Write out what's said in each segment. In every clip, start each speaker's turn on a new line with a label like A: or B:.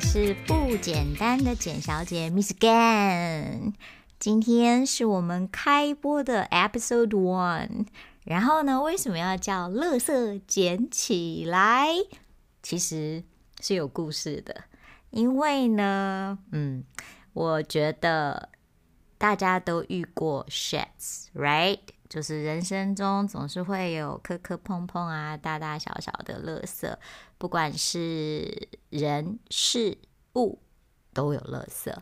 A: 是不简单的简小姐 Miss Gan。今天是我们开播的 Episode One。然后呢，为什么要叫“垃圾捡起来”？其实是有故事的，因为呢，嗯，我觉得大家都遇过 shits，right？就是人生中总是会有磕磕碰碰啊，大大小小的垃圾，不管是人事物都有垃圾。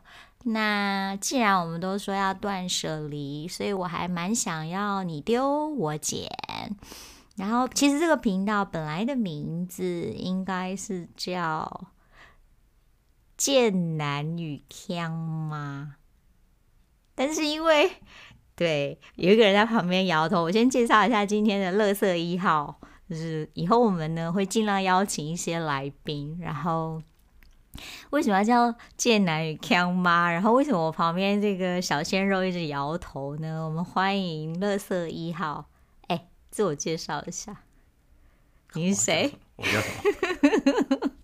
A: 那既然我们都说要断舍离，所以我还蛮想要你丢我捡。然后，其实这个频道本来的名字应该是叫“贱男与腔”吗？但是因为 对有一个人在旁边摇头，我先介绍一下今天的“乐色一号”，就是以后我们呢会尽量邀请一些来宾，然后。为什么要叫贱男与康妈？然后为什么我旁边这个小鲜肉一直摇头呢？我们欢迎乐色一号，哎，自我介绍一下，你是谁？
B: 哦我叫什么？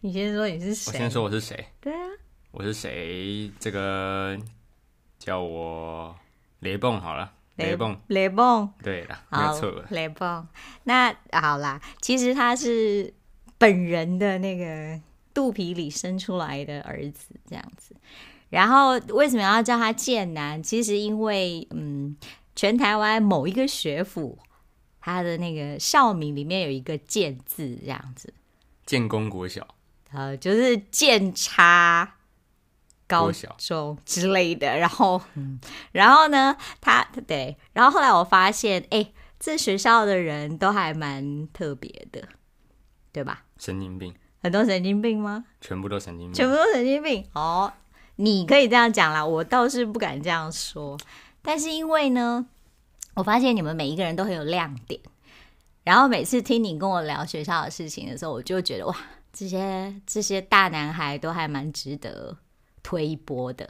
A: 你先说你是谁？
B: 我先说我是谁？
A: 对啊，
B: 我是谁？这个叫我雷蹦好了，雷蹦。
A: 雷蹦，
B: 对了，没
A: 好
B: 错了，
A: 雷蹦。那好啦，其实他是本人的那个肚皮里生出来的儿子，这样子。然后为什么要叫他贱男？其实因为，嗯，全台湾某一个学府，他的那个校名里面有一个“贱”字，这样子，
B: 建功国小，
A: 呃，就是剑差高
B: 国小
A: 中之类的。然后，嗯然后呢，他对，然后后来我发现，哎，这学校的人都还蛮特别的，对吧？
B: 神经病，
A: 很多神经病吗？
B: 全部都神经
A: 全
B: 病。
A: 部都神经病。嗯哦，你可以这样讲啦，我倒是不敢这样说。但是因为呢，我发现你们每一个人都很有亮点，然后每次听你跟我聊学校的事情的时候，我就觉得哇，这些这些大男孩都还蛮值得推一波的。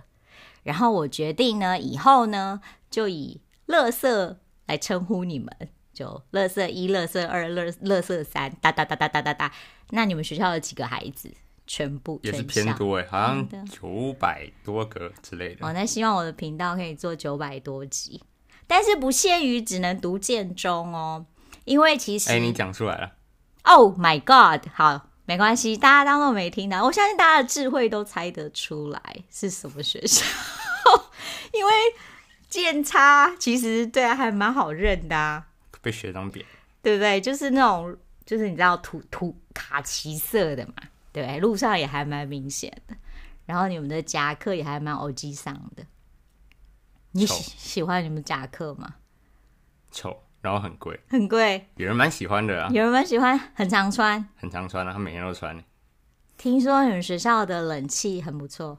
A: 然后我决定呢，以后呢就以“乐色”来称呼你们，就“乐色一”、“乐色二”、“乐乐色三”，哒哒哒哒哒哒哒。那你们学校有几个孩子？全部
B: 也是
A: 全
B: 偏
A: 校
B: 多哎，好
A: 真
B: 像九百多个之类
A: 哦，
B: 的。
A: 那希望我的频道可以做九百多集，但是不限于只能读建中哦，因为其实、
B: 哎，你讲出来了，
A: Oh my God，好，没关系，大家当做没听到，我相信大家的智慧都猜得出来是什么学校， 因为建差其实对啊还蛮好认的啊，
B: 被学长扁。
A: 对不对？就是那种，就是你知道土土卡其色的嘛，对不对？路上也还蛮明显的，然后你们的夹克也还蛮欧基上的。你
B: 丑
A: 喜喜欢你们夹克吗？
B: 丑，然后很贵，
A: 很贵，
B: 有人蛮喜欢的啊，
A: 有人们喜欢，很常穿。
B: 很常穿啊，他每天都穿。
A: 听说你们学校的冷气很不错，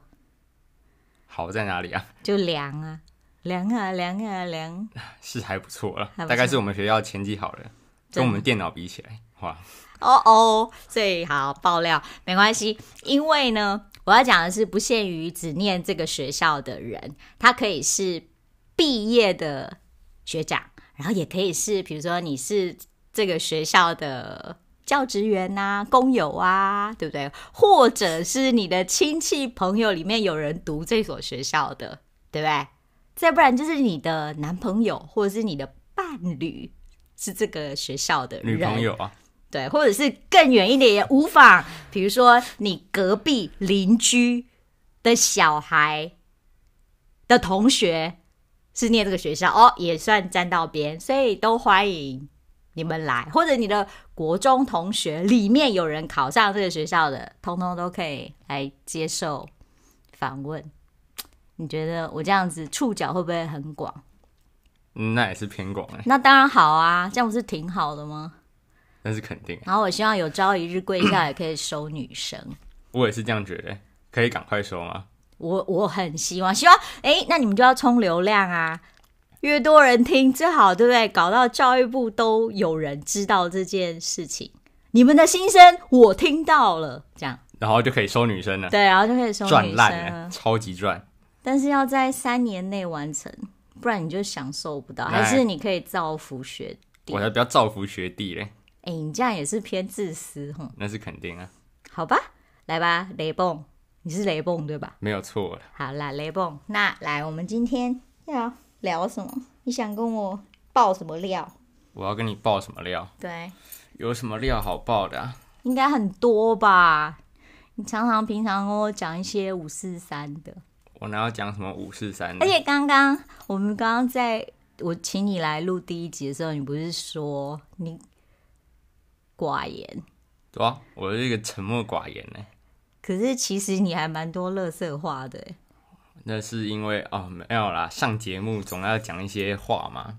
B: 好在哪里啊？
A: 就凉啊，凉啊，凉啊，凉。
B: 是还不错了
A: 还，不错
B: 大概是我们学校前几好的，
A: 真的
B: 跟我们电脑比起来，哇，
A: 哦哦，所以好爆料没关系，因为呢，我要讲的是不限于只念这个学校的人，他可以是毕业的学长，然后也可以是比如说你是这个学校的。教职员呐、工友啊，对不对？或者是你的亲戚朋友里面有人读这所学校的，对不对？再不然就是你的男朋友或者是你的伴侣是这个学校的人，
B: 女朋友啊，
A: 对，或者是更远一点也无妨。比如说，你隔壁邻居的小孩的同学是念这个学校，哦，也算沾到边，所以都欢迎你们来。或者你的国中同学里面有人考上这个学校的，通通都可以来接受访问。你觉得我这样子触角会不会很广？
B: 嗯那也是偏广哎，
A: 那当然好啊，这样不是挺好的吗？
B: 那是肯定。欸
A: 然后我希望有朝一日贵校也可以收女生，
B: 我也是这样觉得，欸可以赶快收吗？
A: 我我很希望，希望诶，那你们就要冲流量啊，越多人听最好，对不对？搞到教育部都有人知道这件事情，你们的心声我听到了，这 样
B: 然后就可以收女生了，
A: 对，然后就可以收
B: 赚
A: 女生
B: 烂了，
A: 了，
B: 超级赚。
A: 但是要在三年内完成，不然你就享受不到，
B: 哎
A: 还是你可以造福学弟
B: 我。才不要造福学弟嘞，
A: 诶，你这样也是偏自私，哼，
B: 那是肯定啊。
A: 好吧？来吧，雷蹦，你是雷蹦对吧？
B: 没有错了。
A: 好啦，雷蹦，那来我们今天要聊什么？你想跟我爆什么料？
B: 我要跟你爆什么料？
A: 对，
B: 有什么料好爆的、啊？
A: 应该很多吧？你常常平常跟我讲一些五四三的，
B: 我哪要讲什么五四三
A: 而
B: 的？
A: 且刚刚我们刚刚在我请你来录第一集的时候，你不是说你寡言，
B: 对啊，我是一个沉默寡言欸呢。
A: 可是其实你还蛮多乐色话的欸。
B: 那是因为哦，没有啦，上节目总要讲一些话嘛。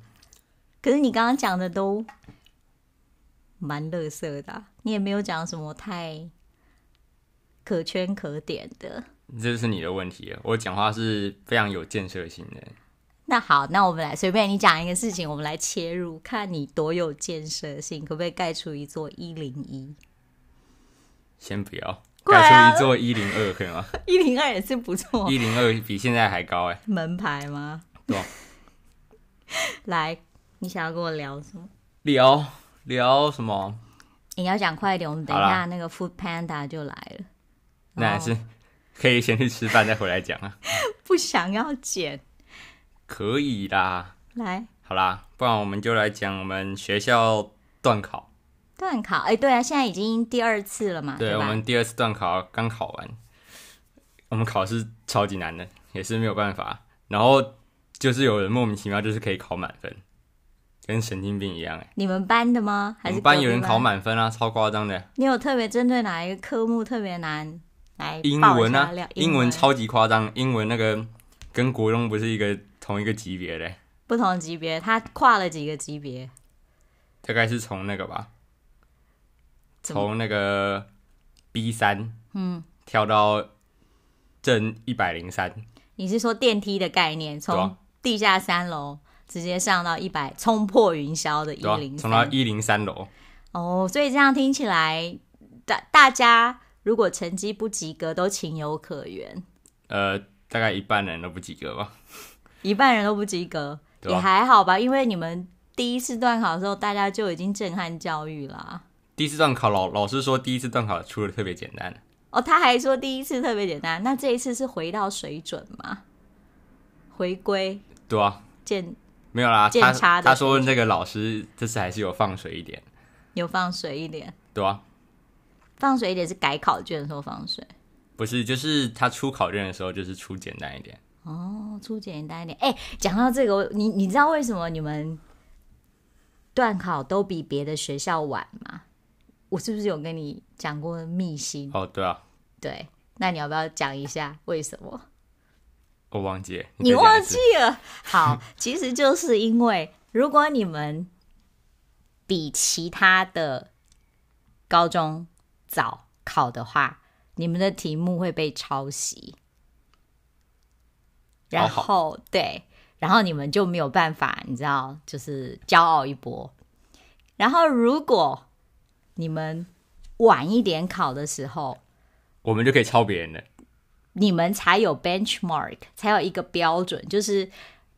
A: 可是你刚刚讲的都蛮乐色的啊、你也没有讲什么太可圈可点的。
B: 这就是你的问题了，我讲话是非常有建设性的。
A: 那好，那我们来随便你讲一个事情，我们来切入，看你多有建设性，可不可以盖出一座一零 一？
B: 先不要
A: 对啊
B: 盖出一座一零二可以吗？
A: 一零二也是不错，
B: 一零二比现在还高哎，
A: 门牌吗？
B: 对啊
A: 来，你想要跟我聊什么？
B: 聊聊什么？
A: 你要讲快一点，我们等一
B: 好
A: 下
B: 啦
A: 那个 Food Panda 就来了，
B: 那还
A: 哦
B: 是可以先去吃饭再回来讲啊。
A: 不想要剪，
B: 可以啦，
A: 来
B: 好啦，不然我们就来讲我们学校段考。
A: 断考。哎、对啊，现在已经第二次了嘛，
B: 对，我
A: 吧？
B: 们第二次段考刚考完，我们考试超级难的，也是没有办法。然后就是有人莫名其妙就是可以考满分，跟神经病一样哎、
A: 你们班的吗？
B: 我
A: 还是
B: 们班
A: 隔壁
B: 有人考？满分啊，超夸张的。
A: 你有特别针对哪一个科目特别难来
B: 英
A: 爆一
B: 文
A: 下
B: 啊
A: 料，
B: 英文超级夸张，英文那个 跟国中不是一个同一个级别的欸、
A: 不同级别，它跨了几个级别？
B: 大概是从那个吧，
A: 怎么
B: 从那个 B 三，嗯，跳到正一百零三，
A: 你是说电梯的概念，
B: 对
A: 从
B: 啊
A: 地下三楼直接上到一百，冲破云霄的一
B: 对吧、啊
A: 零
B: 从到
A: 三？
B: 一零三楼，
A: 哦，所以这样听起来，大大家如果成绩不及格都情有可原，
B: 呃，大概一半人都不及格吧。
A: 一半人都不及格、
B: 对啊
A: 也还好吧，因为你们第一次段考的时候，大家就已经震撼教育啊啦、
B: 第一次段考老老师说，第一次段考出的特别简单，
A: 哦，他还说第一次特别简单，那这一次是回到水准吗？回归
B: 对啊，
A: 见
B: 没有啦，
A: 见
B: 他
A: 差的
B: 他说那个老师这次还是有放水一点，
A: 有放水一点，
B: 对啊，
A: 放水一点是改考卷的时候放水
B: 不是，就是他出考卷的时候就是出简单一点，
A: 哦，出简单一点。哎、讲到这个，我你你知道为什么你们段考都比别的学校晚吗？我是不是有跟你讲过秘辛？
B: 哦，对啊，
A: 对，那你要不要讲一下为什么？
B: 我忘记了，
A: 你
B: 再讲一
A: 忘
B: 次
A: 记了？好，其实就是因为如果你们比其他的高中早考的话，你们的题目会被抄袭，然
B: 好
A: 后对，然后你们就没有办法，你知道，就是骄傲一波。然后如果你们晚一点考的时候，
B: 我们就可以抄别人的，
A: 你们才有 benchmark，才有一个标准，就是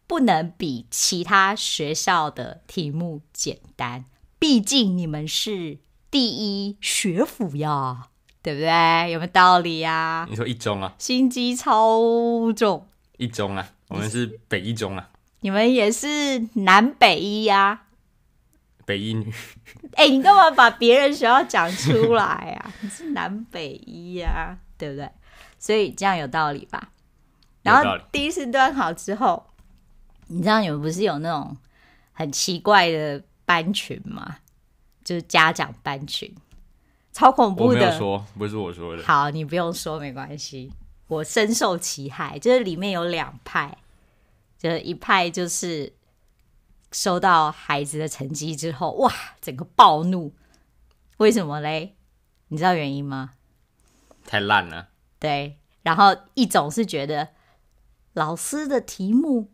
A: 不能比其他学校的题目简单。毕竟你们是第一学府呀，对不对？有没有道理呀、
B: 你说一中啊，
A: 心机超重，
B: 一中啊，我们是北一中啊，
A: 你们也是南北一呀、
B: 北一女，
A: 哎、你干嘛把别人学校讲出来啊？你是南北一呀、对不对？所以这样有道理吧？然
B: 有道
A: 后
B: 理
A: 第一次端好之后，你知道你们不是有那种很奇怪的班群吗？就是家长班群，超恐
B: 我
A: 怖
B: 没有
A: 的。
B: 说，不是我说的，
A: 好，你不用说没关系，我深受其害。就是里面有两派，就是一派就是收到孩子的成绩之后，哇，整个暴怒。为什么嘞？你知道原因吗？
B: 太烂了，
A: 对，然后一种是觉得老师的题目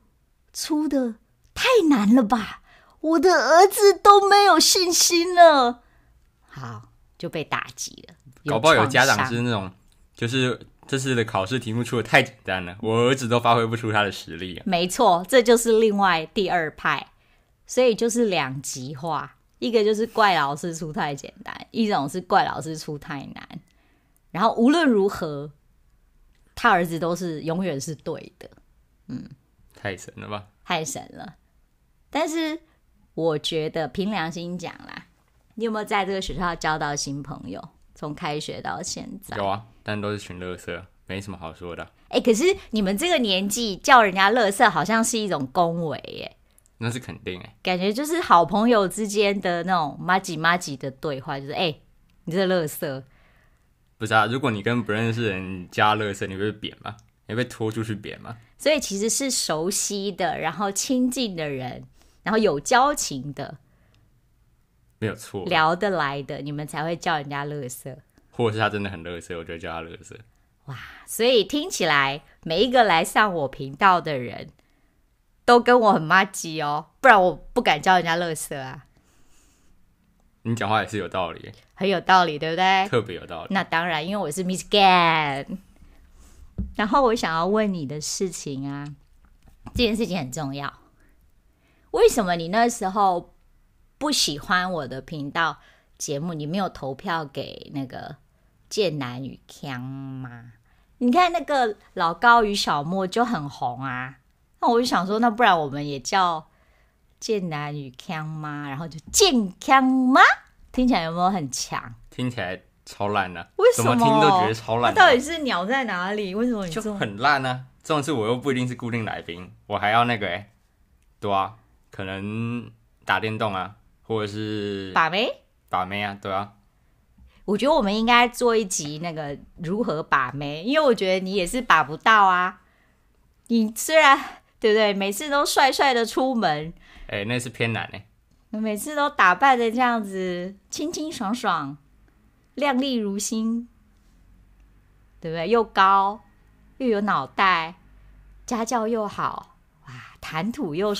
A: 出的太难了吧，我的儿子都没有信心了，好就被打击了。
B: 搞不好有
A: 创
B: 家长
A: 伤
B: 是那种，就是这次的考试题目出的太简单了，我儿子都发挥不出他的实力啊，
A: 没错，这就是另外第二派，所以就是两极化，一个就是怪老师出太简单，一种是怪老师出太难。然后无论如何，他儿子都是永远是对的，
B: 太神了吧？
A: 太神了。但是我觉得凭良心讲啦，你有没有在这个学校交到新朋友？从开学到现在，
B: 有啊，但都是群乐色，没什么好说的。
A: 哎、可是你们这个年纪叫人家“乐色”，好像是一种恭维耶，
B: 那是肯定哎、
A: 感觉就是好朋友之间的那种妈吉妈吉的对话，就是哎、你这乐色，
B: 不是啊，如果你跟不认识的人加乐色，你会被贬吗？你会被拖出去贬吗？
A: 所以其实是熟悉的，然后亲近的人，然后有交情的，
B: 没有错，
A: 聊得来的，你们才会叫人家乐色。
B: 或者是他真的很乐色，我就会叫他乐色。
A: 所以听起来，每一个来上我频道的人都跟我很妈鸡哦，不然我不敢叫人家乐色啊，
B: 你讲话也是有道理，
A: 很有道理，对不对？
B: 特别有道理。
A: 那当然，因为我是 Miss Gan。然后我想要问你的事情啊，这件事情很重要。为什么你那时候不喜欢我的频道节目？你没有投票给那个剑南与康吗？你看那个老高与小莫就很红啊。那我就想说，那不然我们也叫剑南与康吗？然后就健康吗？听起来有没有很强？
B: 听起来超烂的、
A: 为什
B: 怎
A: 么
B: 听都觉得超
A: 那
B: 烂、
A: 到
B: 的，
A: 底是鸟在哪里？为什么你
B: 就
A: 这么
B: 很烂啊！这种事我又不一定是固定来宾，我还要那个哎、对啊，可能打电动啊，或者是
A: 把妹？
B: 把妹啊，对啊，
A: 我觉得我们应该做一集那个如何把妹，因为我觉得你也是把不到啊。你虽然对不对，每次都帅帅的出门，
B: 哎、那是偏难哎、
A: 每次都打扮的这样子清清爽爽、亮丽如新，对不对？又高又有脑袋，家教又好，哇，谈吐又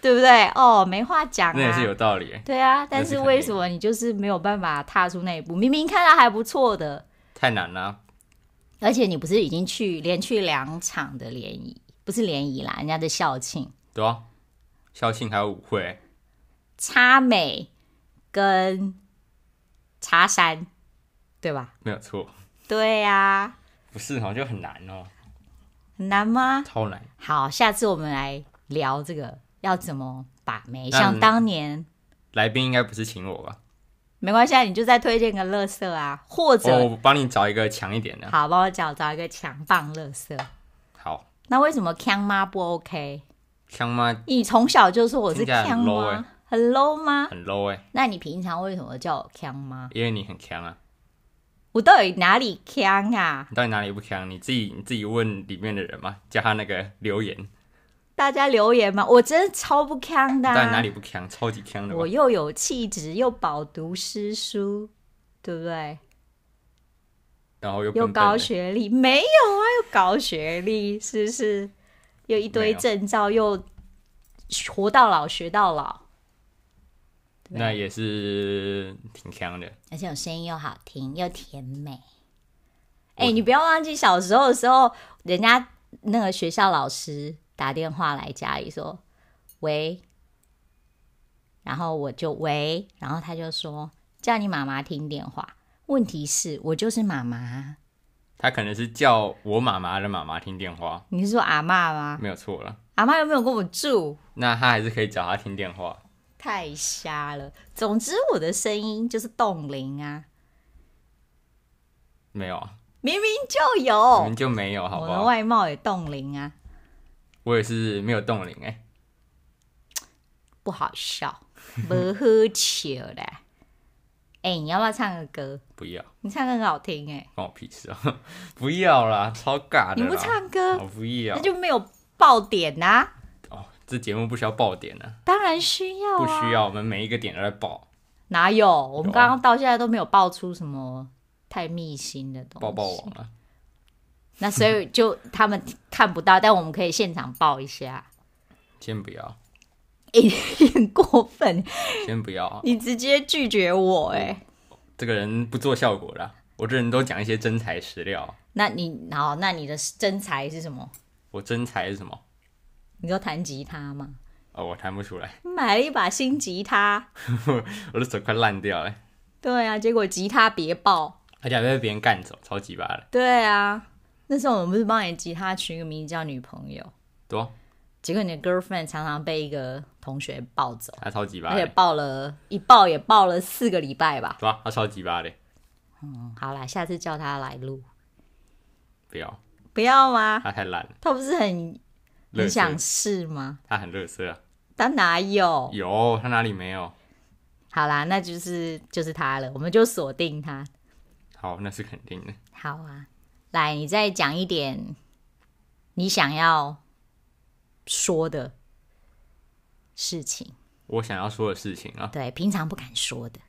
A: 对不对？哦，没话讲啊，
B: 那也是有道理、欸，
A: 对啊，
B: 那
A: 但
B: 是
A: 是
B: 肯
A: 为
B: 定
A: 什么你就是没有办法踏出那一步？明明看到还不错的，
B: 太难了啊、
A: 而且你不是已经去连去两场的联谊，不是联谊啦，人家的校庆，
B: 对啊，校庆还有舞会欸、
A: 差美跟茶山，对吧？
B: 没有错，
A: 对呀、啊，
B: 不是哦，就很难哦，
A: 很难吗？
B: 超难。
A: 好，下次我们来聊这个要怎么把妹，
B: 那
A: 像
B: 你
A: 当年。
B: 来宾应该不是请我吧？
A: 没关系，啊，你就再推荐个乐色啊，或者、
B: 哦，我帮你找一个强一点的。
A: 好，帮我找找一个强棒乐色。
B: 好，
A: 那为什么康妈不 OK？
B: 枪妈
A: 你从小就说我是
B: 听起来
A: 腔
B: 很 low
A: 吗
B: 欸？
A: 很 low 吗？
B: 很 low 哎、
A: 那你平常为什么叫我腔吗？
B: 因为你很强啊。
A: 我到底哪里腔啊？
B: 你到底哪里不强？你自己你自己问里面的人嘛，叫他那个留言，
A: 大家留言嘛，我真的超不腔的、
B: 你到底
A: 啊。
B: 哪里不强？超级强的吧
A: 我？又有气质，又饱读诗书，对不对？
B: 然后又
A: 又
B: 笨笨
A: 高
B: 的
A: 学历，没有啊，又高学历，是不是？又一
B: 没
A: 堆
B: 有
A: 证照，又活到老学到老，
B: 那也是挺强的。
A: 而且我声音又好听又甜美。哎、你不要忘记小时候的时候，人家那个学校老师打电话来家里说“喂”，然后我就“喂”，然后他就说叫你妈妈听电话。问题是我就是妈妈，
B: 他可能是叫我妈妈的妈妈听电话，
A: 你是说阿妈吗？
B: 没有错了。
A: 阿妈又没有跟我住，
B: 那他还是可以找他听电话。
A: 太瞎了。总之，我的声音就是冻龄啊，
B: 没有，啊，
A: 明明就
B: 我
A: 有
B: 们，就没有，好不
A: 哦我的
B: 好？
A: 外貌也冻龄啊，
B: 我也是没有冻龄哎、
A: 不好笑， 没喝酒的。哎、你要不要唱个歌？
B: 不要，
A: 你唱歌很好听哎、
B: 关我屁事啊！ 不要啦，超尬的啦。
A: 你不唱啊歌，
B: 我不要
A: 那。就没有爆点呐、
B: 哦，这节目不需要爆点啊，
A: 当然需要、
B: 不
A: 啊，
B: 需要，我们每一个点都在爆，
A: 哪有？我
B: 有
A: 们
B: 啊
A: 刚刚到现在都没有爆出什么太密心的东西。
B: 爆爆网啊。
A: 那所以就他们看不到，但我们可以现场爆一下。
B: 先不要，
A: 很过分，
B: 先不要啊，
A: 你直接拒绝我哎、
B: 这个人不做效果啦。我这人都讲一些真材实料。
A: 那你好，那你的真才是什么？
B: 我真材是什么？
A: 你就弹吉他吗？
B: 哦，我弹不出来，
A: 买了一把新吉他，
B: 我的手快烂掉了。
A: 对啊，结果吉他别爆，
B: 而且还被别人干走，超级巴的，
A: 对啊，那时候我们不是帮你吉他取一个名字叫女朋友，
B: 对、啊，
A: 结果你的 girlfriend 常常被一个同学抱走，
B: 他超级巴
A: 而且
B: 的，
A: 抱了一抱也抱了四个礼拜吧。
B: 对啊，他超级巴的，
A: 嗯，好啦，下次叫他来录，
B: 不要，
A: 不要吗？
B: 他太烂了，
A: 他不是很
B: 垃圾
A: 很想试吗？
B: 他很乐色啊，
A: 他哪有？
B: 有他哪里没有？
A: 好啦，那就是就是他了，我们就锁定他。
B: 好，那是肯定的。
A: 好啊，来，你再讲一点你想要说的事情，
B: 我想要说的事情啊，
A: 对，平常不敢说的，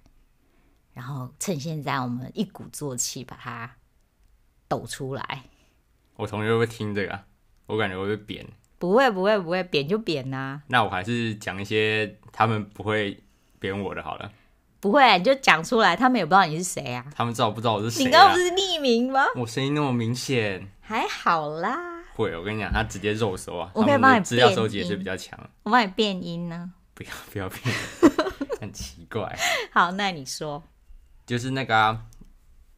A: 然后趁现在我们一鼓作气把它抖出来。
B: 我同学会不会听这个、啊？我感觉会被扁。
A: 不会，不会，不会，扁就扁啊呐、
B: 那我还是讲一些他们不会扁我的好了。
A: 不会，你就讲出来，他们也不知道你是谁啊。
B: 他们知道不知道我是
A: 你
B: 谁、
A: 刚
B: 啊
A: 刚不？是匿名吗？
B: 我声音那么明显，
A: 还好啦，
B: 会，我跟你讲，他直接肉搜啊。
A: 我可以
B: 他们
A: 帮
B: 的
A: 你
B: 资料
A: 变
B: 收集也是
A: 音
B: 比较强。
A: 我帮你变音呢。
B: 不要不要骗人， 很奇怪。
A: 好，那你说，
B: 就是那个、啊，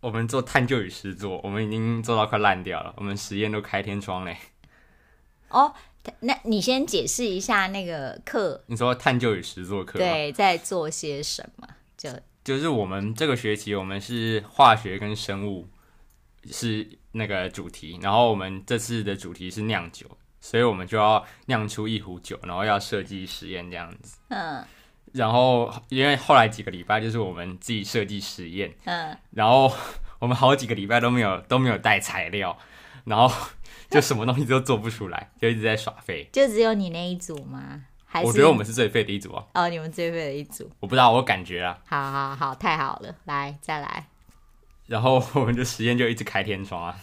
B: 我们做探究与实作，我们已经做到快烂掉了，我们实验都开天窗嘞。
A: 哦，那你先解释一下那个课
B: 你说探究与实作课吗？
A: 对，在做些什么？就
B: 就是我们这个学期我们是化学跟生物是那个主题，然后我们这次的主题是酿酒，所以我们就要酿出一壶酒，然后要设计实验这样子。
A: 嗯
B: 然后因为后来几个礼拜就是我们自己设计实验，
A: 嗯，
B: 然后我们好几个礼拜都没有 都没有带材料，然后就什么东西都做不出来， 就一直在耍废。
A: 就只有你那一组吗？还是
B: 我觉得我们是最废的一组啊！
A: 哦，你们最废的一组。
B: 我不知道，我感觉啊。
A: 好好好，太好了，来再来。
B: 然后我们的实验就一直开天窗啊，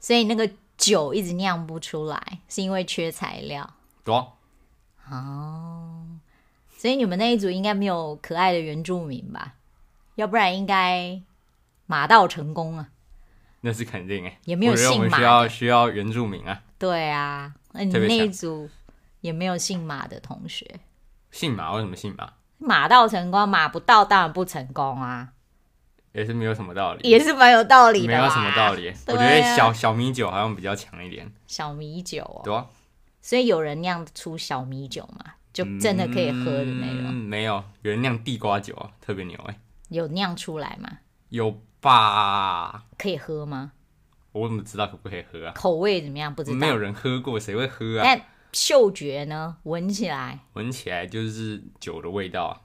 A: 所以那个酒一直酿不出来，是因为缺材料
B: 对啊
A: 哦。所以你们那一组应该没有可爱的原住民吧？要不然应该马到成功啊。
B: 那是肯定哎、
A: 也没有
B: 我觉得我们
A: 姓马
B: 需要需要原住民啊，
A: 对啊，那你
B: 特别
A: 那
B: 强
A: 一组也没有姓马的同学，
B: 姓马为什么姓马？
A: 马到成功，马不到当然不成功啊。
B: 也是没有什么道理，
A: 也是蛮有道理的，
B: 没有什么道。理、
A: 对
B: 我
A: 啊
B: 觉得小小米酒好像比较强一点，
A: 小米酒哦，
B: 对啊，
A: 所以有人酿出小米酒嘛，就真的可以喝的那种，
B: 嗯没有，有人酿地瓜酒啊，特别牛哎、
A: 有酿出来吗？
B: 有吧？
A: 可以喝吗？
B: 我怎么知道可不可以喝啊？
A: 口味怎么样？不知道。哎
B: 没有人喝过，谁会喝啊？
A: 但嗅觉呢？闻起来，
B: 闻起来就是酒的味道啊，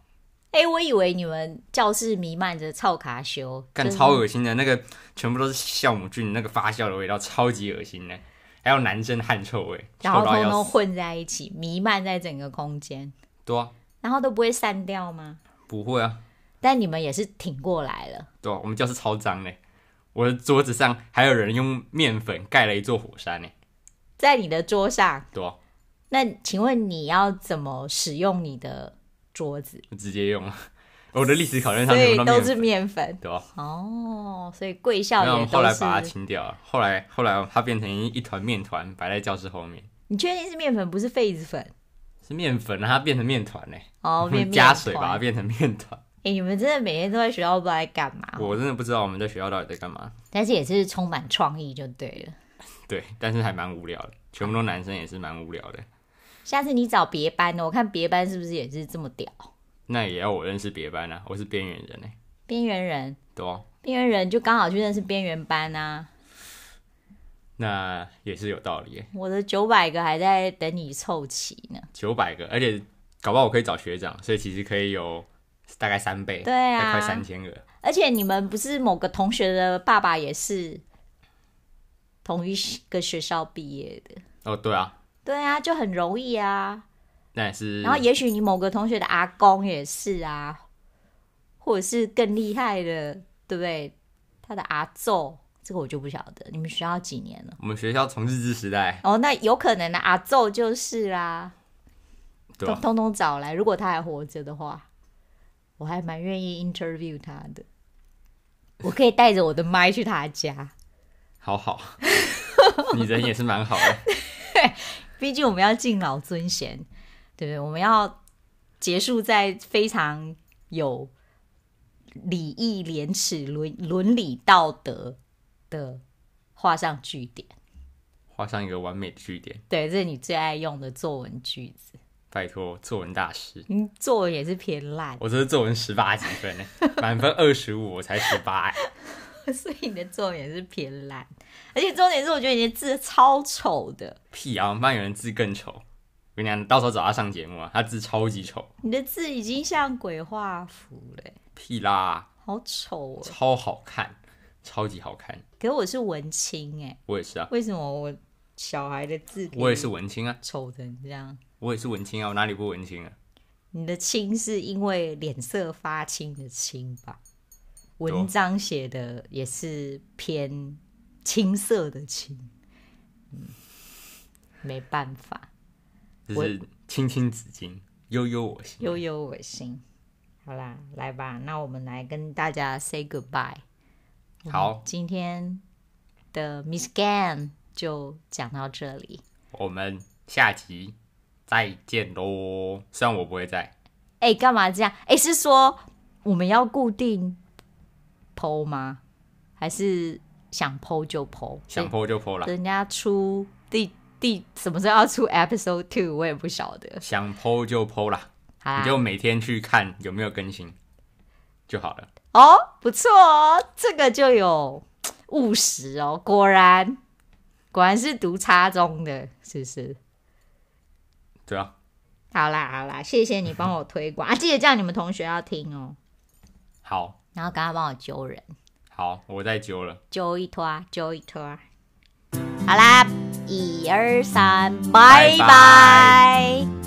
A: 哎、我以为你们教室弥漫着臭卡修，
B: 干
A: 就是
B: 超恶心的，那个全部都是酵母菌那个发酵的味道，超级恶心的，还有男生汗臭味，
A: 然后
B: 臭到
A: 通
B: 要
A: 通
B: 死，
A: 混在一起，弥漫在整个空间，
B: 对啊，
A: 然后都不会散掉吗？
B: 不会啊，
A: 但你们也是挺过来了，
B: 对啊、我们教室超脏嘞，我的桌子上还有人用面粉盖了一座火山呢，
A: 在你的桌上。
B: 对、啊，
A: 那请问你要怎么使用你的桌子？
B: 我直接用。 我的历史考卷
A: 所
B: 上全
A: 以
B: 部面
A: 都是
B: 粉，
A: 面粉
B: 对吧、啊
A: 哦，所以贵校
B: 然后我
A: 也
B: 们后来
A: 都是。
B: 把它清掉了，后来后来它变成一团面团摆在教室后面，
A: 你确定是面粉不是痱子粉？
B: 是面粉，啊然后它变成面团嘞，
A: 哦
B: 我，
A: 面
B: 们加
A: 面
B: 水
A: 团
B: 把它变成面团。
A: 哎、你们真的每天都在学校不知道在干嘛，
B: 我真的不知道我们在学校到底在干嘛，
A: 但是也是充满创意就对了。
B: 对，但是还蛮无聊的，全部都男生也是蛮无聊的。
A: 下次你找别班哦的，我看别班是不是也是这么屌？
B: 那也要我认识别班啊，我是边缘人嘞，
A: 边缘人，
B: 对、啊，
A: 边缘人就刚好去认识边缘班啊。
B: 那也是有道理耶。欸
A: 我的九百个还在等你凑齐呢。
B: 九百个，而且搞不好我可以找学长，所以其实可以有大概三倍，
A: 对
B: 大
A: 啊
B: 概快三千个。
A: 而且你们不是某个同学的爸爸也是同一个学校毕业的？
B: 哦，对啊，
A: 对啊，就很容易啊。
B: 那也是。
A: 然后也许你某个同学的阿公也是啊，或者是更厉害的，对不对？他的阿奏，这个我就不晓得，你们学校几年了？
B: 我们学校从日治时代，
A: 哦，那有可能的、阿奏就是啦、
B: 对啊
A: 通
B: 吧、
A: 通通找来，如果他还活着的话，我还蛮愿意 interview 他的。我可以带着我的麦去他家，
B: 好好，你人也是蛮好的。
A: 毕竟我们要敬老尊贤，对不对？我们要结束在非常有礼义廉耻、伦伦理道德的画上句点。
B: 画上一个完美的句点。
A: 对，这是你最爱用的作文句子。
B: 拜托，作文大师，
A: 你作文也是偏烂，
B: 我这是作文十八几分呢？满分二十五，我才十八。欸
A: 所以你的作文也是偏烂。而且重点是，我觉得你的字超丑的，
B: 屁啊！我们班有人字更丑，我跟你讲，你到时候找他上节目啊，他字超级丑，
A: 你的字已经像鬼画符了欸，
B: 屁啦，
A: 好丑哦。
B: 超好看，超级好看。
A: 可是我是文青哎，
B: 我也是啊，
A: 为什么我小孩的字
B: 我也是文青啊，
A: 丑成这样？
B: 我也是文青啊，我哪里不文青啊？
A: 你的青是因为脸色发青的青吧？
B: 对啊
A: 文章写的也是偏青色的青，嗯，没办法，
B: 就是青青子衿，悠悠我心。
A: 悠悠我心。好啦，来吧，那我们来跟大家 say goodbye。
B: 好，
A: 今天的 Miss Gan 就讲到这里。
B: 我们下集再见喽。虽然我不会在，
A: 哎、干嘛这样？哎、是说我们要固定剖吗？还是想剖就剖？
B: 想剖就剖啦，
A: 人家出第第什么时候要出 episode two，我也不晓得。
B: 想剖就剖啦，
A: 好
B: 你
A: 啦，
B: 就每天去看有没有更新就好了。
A: 哦，不错哦，这个就有务实哦，果然果然是读差中的，是不是？
B: 对啊，
A: 好啦好啦，谢谢你帮我推广啊，记得叫你们同学要听哦，
B: 好
A: 然后赶快帮我揪人，
B: 好，我再揪了，
A: 揪一拖，揪一拖。好啦，一二三，拜
B: 拜拜
A: 拜